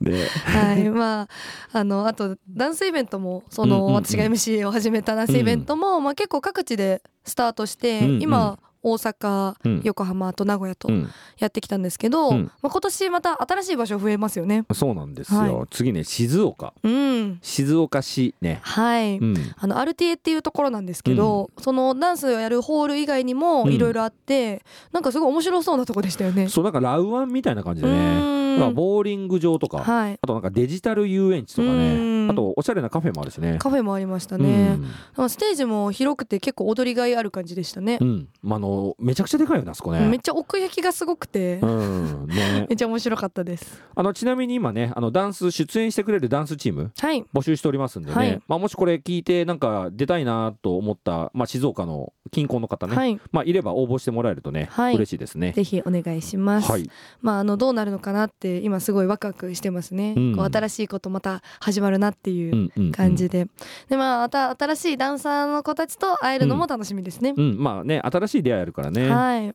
[SPEAKER 3] で
[SPEAKER 4] はい まああのあとダンスイベントもその、
[SPEAKER 3] うんうんうん
[SPEAKER 4] 私が MC を始めたダンスイベントも、まあ、結構各地でスタートして、
[SPEAKER 3] うんうん
[SPEAKER 4] 今大阪、
[SPEAKER 3] うん
[SPEAKER 4] 横浜と名古屋と
[SPEAKER 3] うん
[SPEAKER 4] やってきたんですけど、
[SPEAKER 3] うん
[SPEAKER 4] まあ、今年また新しい場所増えますよね。
[SPEAKER 3] そうなんですよ、
[SPEAKER 4] は
[SPEAKER 3] 次ね静岡
[SPEAKER 4] うん、
[SPEAKER 3] 静岡市ね
[SPEAKER 4] はい、
[SPEAKER 3] うん
[SPEAKER 4] あの RTA っていうところなんですけど、そのダンスをやるホール以外にもいろいろあって、なんかすごい面白そうなとこでしたよね。
[SPEAKER 3] そうなんかラウアンみたいな感じ
[SPEAKER 4] う
[SPEAKER 3] でね
[SPEAKER 4] ーん
[SPEAKER 3] まあボーリング場とか、
[SPEAKER 4] はい、
[SPEAKER 3] あとなんかデジタル遊園地とか
[SPEAKER 4] う
[SPEAKER 3] ね
[SPEAKER 4] ん
[SPEAKER 3] あとおしゃれなカフェもあるしね
[SPEAKER 4] カフェもありました
[SPEAKER 3] う
[SPEAKER 4] ね、
[SPEAKER 3] ん
[SPEAKER 4] まあステージも広くて結構踊りがいある感じでしたね
[SPEAKER 3] う、んまあ、あのめちゃくちゃでかいよねあそこね
[SPEAKER 4] めっちゃ奥行きがすごくて、
[SPEAKER 3] うんね
[SPEAKER 4] めっちゃ面白かったです
[SPEAKER 3] あのちなみに今ねあのダンス出演してくれるダンスチーム
[SPEAKER 4] はい
[SPEAKER 3] 募集しておりますんでね、
[SPEAKER 4] はい
[SPEAKER 3] まあ、もしこれ聞いてなんか出たいなと思った、まあ、静岡の近郊の方ね、
[SPEAKER 4] はい
[SPEAKER 3] まあ、いれば応募してもらえるとね、
[SPEAKER 4] はい
[SPEAKER 3] 嬉しいですね。
[SPEAKER 4] ぜひお願いします、
[SPEAKER 3] はい、
[SPEAKER 4] まああのどうなるのかなって今すごいワクワクしてますね、
[SPEAKER 3] うん
[SPEAKER 4] こう新しいことまた始まるなっていう
[SPEAKER 3] うんうんうん
[SPEAKER 4] 感じで、でまあまた新しいダンサーの子たちと会えるのも楽しみですね、
[SPEAKER 3] うん、まあね新しい出会いあるからね、ま
[SPEAKER 4] はい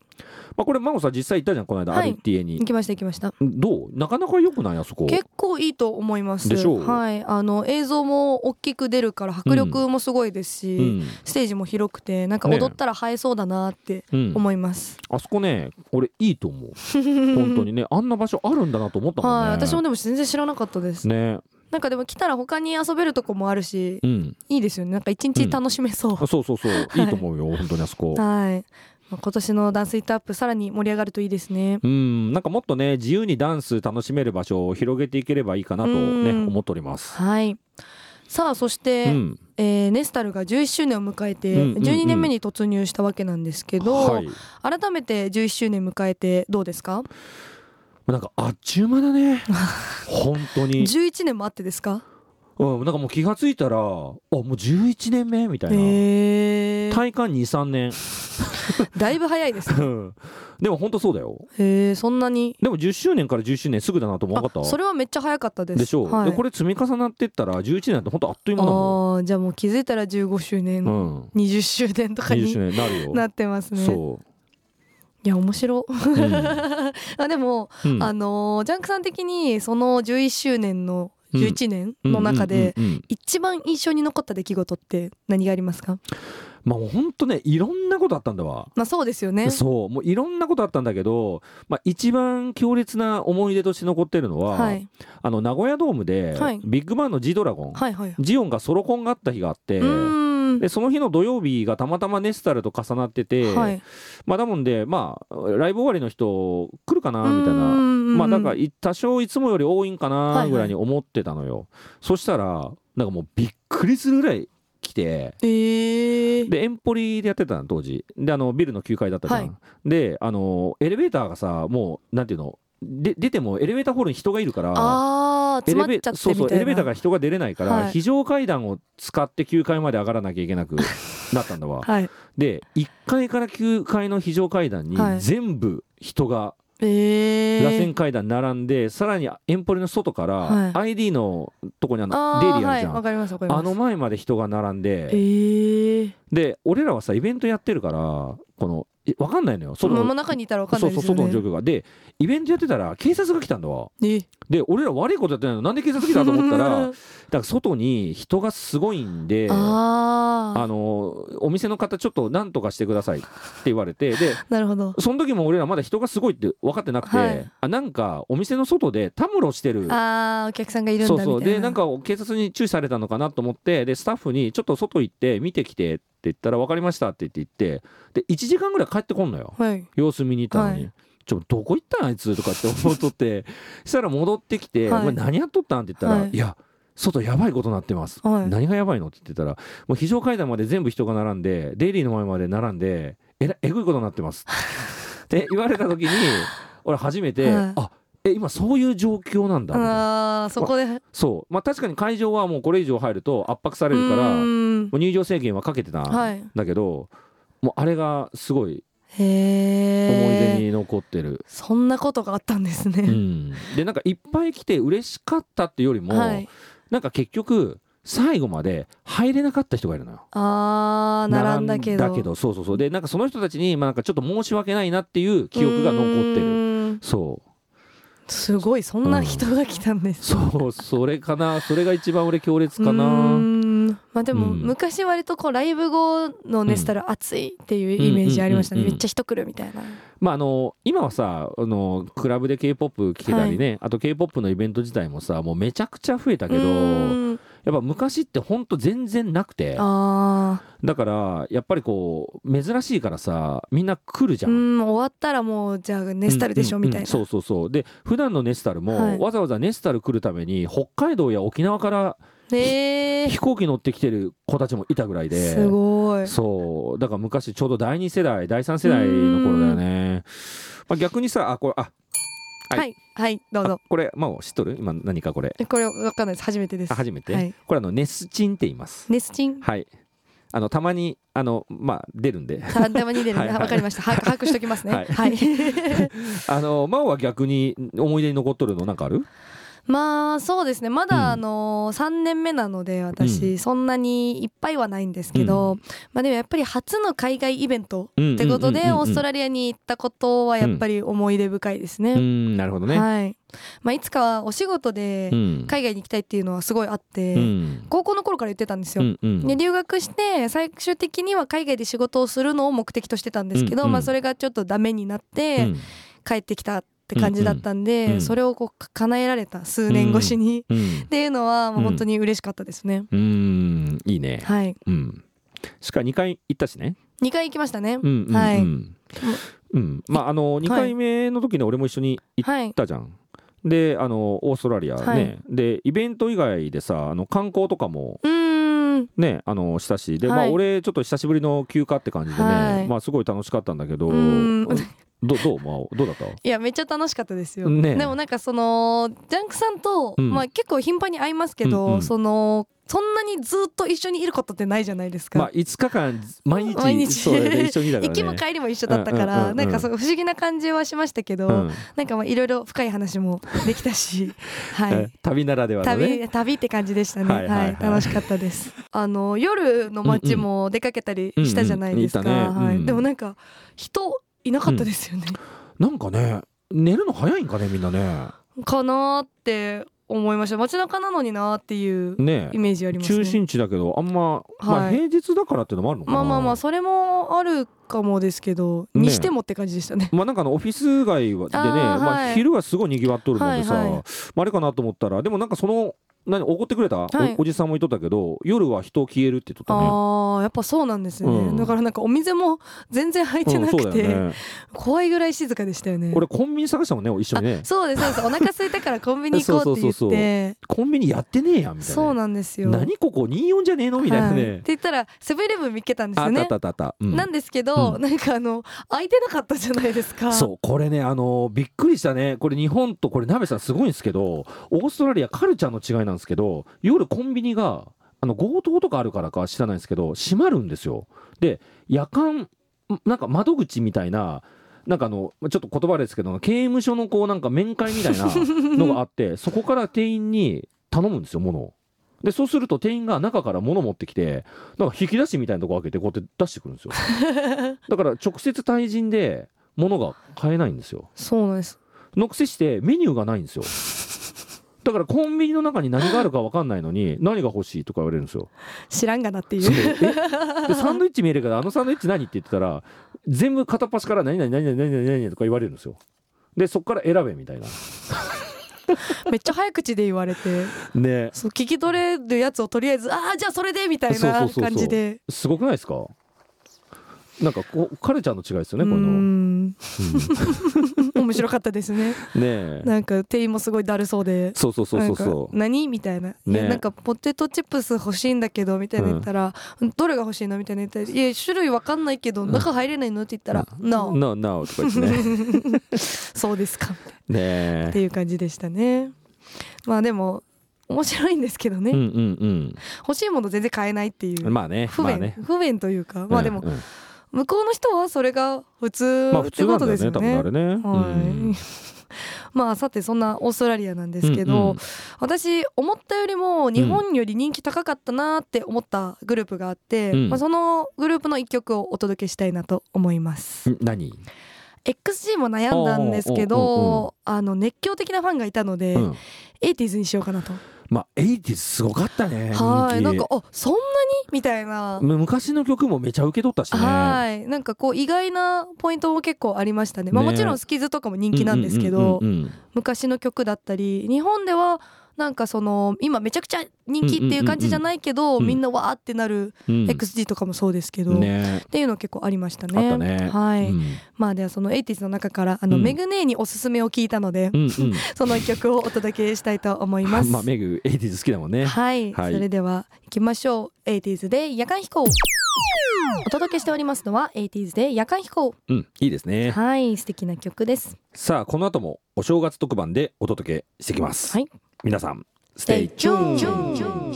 [SPEAKER 3] あ、これ真帆さん実際行ったじゃんこの間、
[SPEAKER 4] はい
[SPEAKER 3] アルティエに
[SPEAKER 4] 行きました行きました
[SPEAKER 3] どうなかなか良くないあそこ
[SPEAKER 4] 結構いいと思います
[SPEAKER 3] でしょう
[SPEAKER 4] はいあの映像も大きく出るから迫力もすごいですし、
[SPEAKER 3] うん
[SPEAKER 4] ステージも広くてなんか
[SPEAKER 3] ね
[SPEAKER 4] 踊ったら映えそうだなって
[SPEAKER 3] うん、
[SPEAKER 4] 思います、
[SPEAKER 3] あそこね俺いいと思う本当 にねあんな場所あるんだなと思ったもんね
[SPEAKER 4] はい私もでも全然知らなかったです、
[SPEAKER 3] ね
[SPEAKER 4] なんかでも来たら他に遊べるとこもあるし
[SPEAKER 3] うん
[SPEAKER 4] いいですよねなんか一日楽しめそう、
[SPEAKER 3] あそうそうそう、い、いと思うよ本当にあそこ
[SPEAKER 4] はい、まあ、今年のダンスイットアップさらに盛り上がるといいですね
[SPEAKER 3] うん、なんかもっとね自由にダンス楽しめる場所を広げていければいいかなとね
[SPEAKER 4] うん
[SPEAKER 3] 思っております。
[SPEAKER 4] はいさあそして、
[SPEAKER 3] うん、
[SPEAKER 4] えーネスタルが11周年を迎えて
[SPEAKER 3] うんうんうん
[SPEAKER 4] 12年目に突入したわけなんですけど、
[SPEAKER 3] はい、
[SPEAKER 4] 改めて11周年迎えてどうですか
[SPEAKER 3] なんかあっちゅう間だ ね本当に、
[SPEAKER 4] 11年もあってですか
[SPEAKER 3] うん、なんかもう気がついたらあもう11年目みたいな、
[SPEAKER 4] へえ
[SPEAKER 3] 体感23年
[SPEAKER 4] だいぶ早いですね
[SPEAKER 3] うんでも本当そうだよ
[SPEAKER 4] へえそんなに
[SPEAKER 3] でも10周年から10周年すぐだなと思わなか
[SPEAKER 4] あ
[SPEAKER 3] った
[SPEAKER 4] それはめっちゃ早かったです
[SPEAKER 3] でしょう、
[SPEAKER 4] はい、
[SPEAKER 3] でこれ積み重なってったら11年って本当あっという間だも
[SPEAKER 4] ああじゃあもう気づいたら15周年、
[SPEAKER 3] ん、うん、
[SPEAKER 4] 20周年とか
[SPEAKER 3] 20
[SPEAKER 4] に
[SPEAKER 3] 周年になるよ
[SPEAKER 4] なってますね
[SPEAKER 3] そう
[SPEAKER 4] いや面白
[SPEAKER 3] うん
[SPEAKER 4] あでも、
[SPEAKER 3] うん
[SPEAKER 4] あのージャンクさん的にその11周年の
[SPEAKER 3] うん
[SPEAKER 4] 11年の中で、
[SPEAKER 3] うんうんうんうん
[SPEAKER 4] 一番印象に残った出来事って何がありますか
[SPEAKER 3] まあもうほんとねいろんなことあったんだわ
[SPEAKER 4] まあそうですよね
[SPEAKER 3] そうもういろんなことあったんだけど、まあ、一番強烈な思い出として残ってるのは、
[SPEAKER 4] はい
[SPEAKER 3] あの名古屋ドームで、
[SPEAKER 4] はい
[SPEAKER 3] ビッグバンのジドラゴン、
[SPEAKER 4] はいはいはい
[SPEAKER 3] ジオンがソロコンがあった日があって
[SPEAKER 4] うーん
[SPEAKER 3] でその日の土曜日がたまたまネスタルと重なってて、
[SPEAKER 4] はい
[SPEAKER 3] まあだもんでまあライブ終わりの人来るかなみたいなま
[SPEAKER 4] ま
[SPEAKER 3] あなんかい多少いつもより多いんか
[SPEAKER 4] はい
[SPEAKER 3] な
[SPEAKER 4] はい
[SPEAKER 3] ぐらいに思ってたのよ、そしたらなんかもうびっくりするぐらい来て
[SPEAKER 4] えー、
[SPEAKER 3] でエンポリでやってたの当時であのビルの9階だったじゃん、
[SPEAKER 4] はい
[SPEAKER 3] であのエレベーターがさもうなんていうので出てもエレベーターホールに人がいるから
[SPEAKER 4] あー
[SPEAKER 3] エ
[SPEAKER 4] 詰
[SPEAKER 3] レ
[SPEAKER 4] ま
[SPEAKER 3] ベ
[SPEAKER 4] っちゃってみたいな
[SPEAKER 3] そうそうエレベーターから人が出れないから、
[SPEAKER 4] はい
[SPEAKER 3] 非常階段を使って9階まで上がらなきゃいけなくなった んだわ、
[SPEAKER 4] はい
[SPEAKER 3] で1階から9階の非常階段に
[SPEAKER 4] はい
[SPEAKER 3] 全部人が
[SPEAKER 4] えー、
[SPEAKER 3] 螺旋階段並んでさらにエンポリの外か
[SPEAKER 4] は
[SPEAKER 3] ら
[SPEAKER 4] い
[SPEAKER 3] ID のとこにあの
[SPEAKER 4] あ
[SPEAKER 3] 出入
[SPEAKER 4] ー
[SPEAKER 3] りあるじゃ
[SPEAKER 4] はいわ
[SPEAKER 3] ん
[SPEAKER 4] かりますわかります
[SPEAKER 3] あの前まで人が並ん
[SPEAKER 4] え
[SPEAKER 3] で
[SPEAKER 4] ー、
[SPEAKER 3] で俺らはさイベントやってるからこのえわかんないのよ
[SPEAKER 4] その
[SPEAKER 3] の
[SPEAKER 4] まま中にいたらわかんな
[SPEAKER 3] そ
[SPEAKER 4] いうで
[SPEAKER 3] そ
[SPEAKER 4] すよ
[SPEAKER 3] う外
[SPEAKER 4] ね
[SPEAKER 3] の状況がでイベントやってたら警察が来たんだわで俺ら悪いことやってないのなんで警察来たと思ったら だから外に人がすごいんで
[SPEAKER 4] えあー
[SPEAKER 3] あのお店の方ちょっと何とかしてくださいって言われてで
[SPEAKER 4] なるほど
[SPEAKER 3] その時も俺らまだ人がすごいって分かってなくて、
[SPEAKER 4] はい
[SPEAKER 3] あなんかお店の外でたむろしてる
[SPEAKER 4] あーお客さんがいるんだ
[SPEAKER 3] そ
[SPEAKER 4] みた
[SPEAKER 3] う
[SPEAKER 4] いな
[SPEAKER 3] そうでなんか警察に注意されたのかなと思ってでスタッフに「ちょっと外行って見てきて」って言ったら「分かりました」って言って行ってで1時間ぐらい帰ってこんのよ
[SPEAKER 4] はい
[SPEAKER 3] 様子見に行ったのに。
[SPEAKER 4] は
[SPEAKER 3] ちょどこ行ったんあいつとかって思っとって したら戻ってきて「
[SPEAKER 4] はい
[SPEAKER 3] お前何やっとったん?」って言ったら「
[SPEAKER 4] はい
[SPEAKER 3] い、や外やばいことになってます、
[SPEAKER 4] はい
[SPEAKER 3] 何がやばいの?」って言ってたら「もう非常階段まで全部人が並んでデイリーの前まで並んでえらえぐいことになっ てます」って言われた時に俺初めて「
[SPEAKER 4] はい
[SPEAKER 3] あえ今そういう状況なんだ」みたいな
[SPEAKER 4] あーそこでう
[SPEAKER 3] そうまあ確かに会場はもうこれ以上入ると圧迫されるから
[SPEAKER 4] ー
[SPEAKER 3] も
[SPEAKER 4] ん
[SPEAKER 3] う入場制限はかけてたん
[SPEAKER 4] はい
[SPEAKER 3] だけど、もうあれがすごい
[SPEAKER 4] へえ
[SPEAKER 3] 思い出に残ってる、
[SPEAKER 4] そんなことがあったんです
[SPEAKER 3] う
[SPEAKER 4] ね、
[SPEAKER 3] ん、でなんかいっぱい来て嬉しかったっていうよりも、
[SPEAKER 4] はい
[SPEAKER 3] なんか結局最後まで入れなかった人がいるのよ。
[SPEAKER 4] あー並んだけど
[SPEAKER 3] 並んだけどそうそうそうでなんかその人たちに、まあ、なんかちょっと申し訳ないなっていう記憶が残って
[SPEAKER 4] う
[SPEAKER 3] る
[SPEAKER 4] ーん
[SPEAKER 3] そう
[SPEAKER 4] すごいそんな人が来たんです、
[SPEAKER 3] そうそれかなそれが一番俺強烈
[SPEAKER 4] うー
[SPEAKER 3] かなん
[SPEAKER 4] まあでも
[SPEAKER 3] うん
[SPEAKER 4] 昔割とこうライブ後のネスタル暑いっていうイメージありましたね、
[SPEAKER 3] うんうんうんうん
[SPEAKER 4] めっちゃ人来るみたいな
[SPEAKER 3] まああの今はさあのクラブで k p o p 聴けたりね、あと k p o p のイベント自体もさもうめちゃくちゃ増えたけ
[SPEAKER 4] う
[SPEAKER 3] ど
[SPEAKER 4] ーん
[SPEAKER 3] やっぱ昔ってほんと全然なくて
[SPEAKER 4] あー
[SPEAKER 3] だからやっぱりこう珍しいからさみんな来るじゃ。
[SPEAKER 4] うんん終わったらもうじゃあネスタルでしょ
[SPEAKER 3] うんう
[SPEAKER 4] み
[SPEAKER 3] んうん
[SPEAKER 4] たいな、
[SPEAKER 3] そうそうそうで普段のネスタルも、
[SPEAKER 4] はい
[SPEAKER 3] わざわざネスタル来るために北海道や沖縄から
[SPEAKER 4] え
[SPEAKER 3] 飛行機乗ってきてる子たちもいたぐらい
[SPEAKER 4] ー、
[SPEAKER 3] です
[SPEAKER 4] ごい
[SPEAKER 3] そうだから昔ちょうど第2世代第3世代の頃だよね、まあ、逆にさあこれあはい
[SPEAKER 4] はいはいどう
[SPEAKER 3] あ
[SPEAKER 4] ぞ
[SPEAKER 3] これまあ知っとる今何かこれ
[SPEAKER 4] えこれわかんないです初めてです
[SPEAKER 3] あ初めて、
[SPEAKER 4] はい
[SPEAKER 3] これあのネスチンって言います
[SPEAKER 4] ネスチ ン
[SPEAKER 3] はいあのたまにあのまあ出るんで
[SPEAKER 4] たたまに出るん
[SPEAKER 3] はい
[SPEAKER 4] で
[SPEAKER 3] はい
[SPEAKER 4] わかりました把握把握しときますね
[SPEAKER 3] はい
[SPEAKER 4] はい
[SPEAKER 3] あの真央は逆に思い出に残っとるのなんかある
[SPEAKER 4] まあそうですねま
[SPEAKER 3] うん
[SPEAKER 4] だあの3年目なので
[SPEAKER 3] う
[SPEAKER 4] 私そんなにいっぱいはないんですけどまあでもやっぱり初の海外イベント
[SPEAKER 3] っ
[SPEAKER 4] ってことでオースト
[SPEAKER 3] ラ
[SPEAKER 4] ラリアに行ったことはやっぱり思い出深いです
[SPEAKER 3] う
[SPEAKER 4] ね。
[SPEAKER 3] んなるほどね、
[SPEAKER 4] はいまあ、いつかはお仕事で
[SPEAKER 3] うん
[SPEAKER 4] 海外に行きたいっていうのはすごいあっ
[SPEAKER 3] う
[SPEAKER 4] て
[SPEAKER 3] ん
[SPEAKER 4] 高校の頃から言ってたんです
[SPEAKER 3] う
[SPEAKER 4] よ。
[SPEAKER 3] んうん
[SPEAKER 4] で留学して最終的には海外で仕事をするのを目的としてたんですけ
[SPEAKER 3] うんう
[SPEAKER 4] ど、
[SPEAKER 3] ん
[SPEAKER 4] まあ、それがちょっとダメになって、
[SPEAKER 3] うん
[SPEAKER 4] 帰ってきたって感じだったんで、
[SPEAKER 3] うんうん
[SPEAKER 4] それをこうか叶えられた数年越しに、っ
[SPEAKER 3] うん
[SPEAKER 4] ていうのはもう
[SPEAKER 3] うん
[SPEAKER 4] 本当に嬉しかったですね、
[SPEAKER 3] うんいいね、
[SPEAKER 4] はい
[SPEAKER 3] うんしか2回行ったしね
[SPEAKER 4] 2回行きましたね、
[SPEAKER 3] うんうんうん、
[SPEAKER 4] はい
[SPEAKER 3] うん、まああの2回目の時に俺も一緒に行っ
[SPEAKER 4] はい
[SPEAKER 3] ったじゃん。であのオーストラリアね、
[SPEAKER 4] はい
[SPEAKER 3] でイベント以外でさあの観光とかも
[SPEAKER 4] うーん
[SPEAKER 3] ねあのしたしで、まあ
[SPEAKER 4] はい
[SPEAKER 3] 俺ちょっと久しぶりの休暇って感じでね、
[SPEAKER 4] はい
[SPEAKER 3] まあすごい楽しかったんだけど、
[SPEAKER 4] うん
[SPEAKER 3] どどうまあどうだった？
[SPEAKER 4] いやめっちゃ楽しかったですよ、
[SPEAKER 3] ね
[SPEAKER 4] でもなんかそのジャンクさんと、
[SPEAKER 3] うん
[SPEAKER 4] まあ、結構頻繁に会いますけど、
[SPEAKER 3] うんうん
[SPEAKER 4] そのそんなにずっと一緒にいることってないじゃないですか、
[SPEAKER 3] まあ5日間毎日
[SPEAKER 4] 毎日
[SPEAKER 3] そうだよね一緒にだから
[SPEAKER 4] 行
[SPEAKER 3] ね。
[SPEAKER 4] きも帰りも一緒だったから、
[SPEAKER 3] うんうんうんうん
[SPEAKER 4] なんかそう不思議な感じはしましたけど、
[SPEAKER 3] うん
[SPEAKER 4] なんかまあいろいろ深い話 もできたし、は
[SPEAKER 3] え
[SPEAKER 4] い、
[SPEAKER 3] 旅ならではのね。
[SPEAKER 4] 旅旅って感じでしたね。
[SPEAKER 3] は
[SPEAKER 4] はいい、
[SPEAKER 3] はいはい
[SPEAKER 4] 楽しかったです。あの夜の街も出かけたりしたじゃないですか。
[SPEAKER 3] うんうんうんうんいたね
[SPEAKER 4] はい
[SPEAKER 3] うん
[SPEAKER 4] でもなんか人いなかったですよね、
[SPEAKER 3] なんかね寝るの早いんかねみんなね
[SPEAKER 4] かなーって思いました街中なのになーっていう
[SPEAKER 3] ね
[SPEAKER 4] イメージありますね
[SPEAKER 3] 中心地だけどあんま、ま
[SPEAKER 4] は
[SPEAKER 3] あ、
[SPEAKER 4] い
[SPEAKER 3] 平日だからっていうのもあるのかな
[SPEAKER 4] まあまあまあそれもあるかもですけど、
[SPEAKER 3] ね
[SPEAKER 4] にしてもって感じでしたね
[SPEAKER 3] まあなんかあのオフィス街はでね
[SPEAKER 4] あー
[SPEAKER 3] ま
[SPEAKER 4] は
[SPEAKER 3] あ、
[SPEAKER 4] い
[SPEAKER 3] 昼はすごいにぎわっとるもんでさ、
[SPEAKER 4] はいはい
[SPEAKER 3] まあ、あれかなと思ったらでもなんかその何怒ってくれたお,、
[SPEAKER 4] はい
[SPEAKER 3] じさんもいとったけど夜は人消えるって言っとったね。
[SPEAKER 4] ああやっぱそうなんですね、
[SPEAKER 3] うん
[SPEAKER 4] だからなんかお店も全然入ってな
[SPEAKER 3] うんそ
[SPEAKER 4] く
[SPEAKER 3] う
[SPEAKER 4] て、
[SPEAKER 3] だよね、
[SPEAKER 4] 怖いぐらい静かでしたよね
[SPEAKER 3] 俺コンビニ探したもんね一緒にね
[SPEAKER 4] あそうですそうですお腹空いたからコンビニ行こうって言って
[SPEAKER 3] そ
[SPEAKER 4] そう
[SPEAKER 3] そうそうそううコンビニやってねえやんみたいな
[SPEAKER 4] なんですよ
[SPEAKER 3] 何ここ24じゃねえのみたいな
[SPEAKER 4] はいっ
[SPEAKER 3] ね
[SPEAKER 4] て、言ったらセブンイレブン見っけたんです
[SPEAKER 3] あ
[SPEAKER 4] よ
[SPEAKER 3] ったあ
[SPEAKER 4] ね
[SPEAKER 3] ったあったあった、うん
[SPEAKER 4] なんですけど、
[SPEAKER 3] うん
[SPEAKER 4] なんかあの空いてなかったじゃないですか
[SPEAKER 3] そうこれねあのーびっくりしたねこれ日本とこれ鍋さんすごいんですけどオーストラリアカルチャーの違いなんですけど夜コンビニがあの強盗とかあるからか知らないですけど閉まるんですよで夜間んなんか窓口みたいななんかあのちょっと言葉ですけど刑務所のこうなんか面会みたいなのがあってそこから店員に頼むんですよ物をでそうすると店員が中から物持ってきてなんか引き出しみたいなとこ開けてこうやって出してくるんですよだから直接対人で物が買えないんですよ
[SPEAKER 4] そうなんです
[SPEAKER 3] のくせしてメニューがないんですよだからコンビニの中に何があるか分かんないのに何が欲しいとか言われるんですよ
[SPEAKER 4] 知らんがなってい
[SPEAKER 3] そう
[SPEAKER 4] う
[SPEAKER 3] えでサンドイッチ見えるからあのサンドイッチ何って言ってたら全部片っ端から何々何々何々何々とか言われるんですよでそこから選べみたいな
[SPEAKER 4] めっちゃ早口で言われ て
[SPEAKER 3] ね
[SPEAKER 4] そう聞き取れるやつをとりあえずああじゃあそれでみたい
[SPEAKER 3] そうそうそ
[SPEAKER 4] な
[SPEAKER 3] うそう
[SPEAKER 4] 感じです
[SPEAKER 3] ごくないですかなんかこうカルチャーの違いですよね
[SPEAKER 4] う
[SPEAKER 3] こういうの、うん
[SPEAKER 4] ん面白かったですね
[SPEAKER 3] ねえ
[SPEAKER 4] なんか店員もすごいだるそうで
[SPEAKER 3] そうそうそうそう
[SPEAKER 4] なんか
[SPEAKER 3] そう
[SPEAKER 4] 何みたいな、い
[SPEAKER 3] ね
[SPEAKER 4] やなんかポテトチップス欲しいんだけどみたいな言ったら、どれが欲しいのみたいな言ったら「いや種類わかんないけど中入れないの?」って言ったら「な
[SPEAKER 3] No, no とか言ってね
[SPEAKER 4] そうですか」
[SPEAKER 3] ね
[SPEAKER 4] っていう感じでしたねまあでも面白いんですけどね、
[SPEAKER 3] えうんうん
[SPEAKER 4] 欲しいもの全然買えないっていう、
[SPEAKER 3] うんまあね
[SPEAKER 4] 不
[SPEAKER 3] ま
[SPEAKER 4] 便、
[SPEAKER 3] あね
[SPEAKER 4] 不便というかまあでも
[SPEAKER 3] うんうん
[SPEAKER 4] 向こうの人はそれが普通
[SPEAKER 3] まあ
[SPEAKER 4] っ
[SPEAKER 3] 普
[SPEAKER 4] て
[SPEAKER 3] 通
[SPEAKER 4] こ
[SPEAKER 3] なんだ
[SPEAKER 4] と
[SPEAKER 3] よ
[SPEAKER 4] で
[SPEAKER 3] ね
[SPEAKER 4] すよ
[SPEAKER 3] 多分
[SPEAKER 4] ね
[SPEAKER 3] あれ。ね、うん
[SPEAKER 4] はい。 まあさてそんなオーストラリアなんですけど、
[SPEAKER 3] うんうん
[SPEAKER 4] 私思ったよりも日本より人気高かったなって思ったグループがあって、
[SPEAKER 3] うん
[SPEAKER 4] まあ、そのグループの一曲をお届けしたいなと思います、
[SPEAKER 3] ん何、
[SPEAKER 4] XG も悩んだんですけどあの熱狂的なファンがいたので、
[SPEAKER 3] うん、
[SPEAKER 4] 80s にしようかなと、
[SPEAKER 3] まあ 80s すごかったね
[SPEAKER 4] はい
[SPEAKER 3] 人
[SPEAKER 4] な
[SPEAKER 3] 気
[SPEAKER 4] んかあそんなにみたいな、
[SPEAKER 3] む昔の曲もめちゃ受け取ったしね
[SPEAKER 4] はいなんかこう意外なポイントも結構ありましたねまあ、
[SPEAKER 3] ね
[SPEAKER 4] もちろんスキズとかも人気なんですけど、
[SPEAKER 3] うんうんうんうん
[SPEAKER 4] 昔の曲だったり日本ではなんかその今めちゃくちゃ人気っていう感じじゃないけど、
[SPEAKER 3] うんうんうん
[SPEAKER 4] みんなわーってなる
[SPEAKER 3] うん
[SPEAKER 4] XG とかもそうですけど、
[SPEAKER 3] ね
[SPEAKER 4] っていうの結構ありましたね。
[SPEAKER 3] あったね
[SPEAKER 4] はい、
[SPEAKER 3] うん
[SPEAKER 4] まあではその 80s の中からあの、
[SPEAKER 3] うん
[SPEAKER 4] メグネーにおすすめを聞いたので、
[SPEAKER 3] うん
[SPEAKER 4] その一曲をお届けしたいと思い
[SPEAKER 3] うんま
[SPEAKER 4] ま
[SPEAKER 3] あ
[SPEAKER 4] す。
[SPEAKER 3] メグ 80s 好きだもんね
[SPEAKER 4] はい、
[SPEAKER 3] はい
[SPEAKER 4] それでは行きましょう 80s で夜間飛行お届けしておりますのは 80s で夜間飛行
[SPEAKER 3] うんいいですね
[SPEAKER 4] はい素敵な曲です
[SPEAKER 3] さあこの後もお正月特番でお届けしてきます、
[SPEAKER 4] はい
[SPEAKER 3] 皆さん Stay tuned!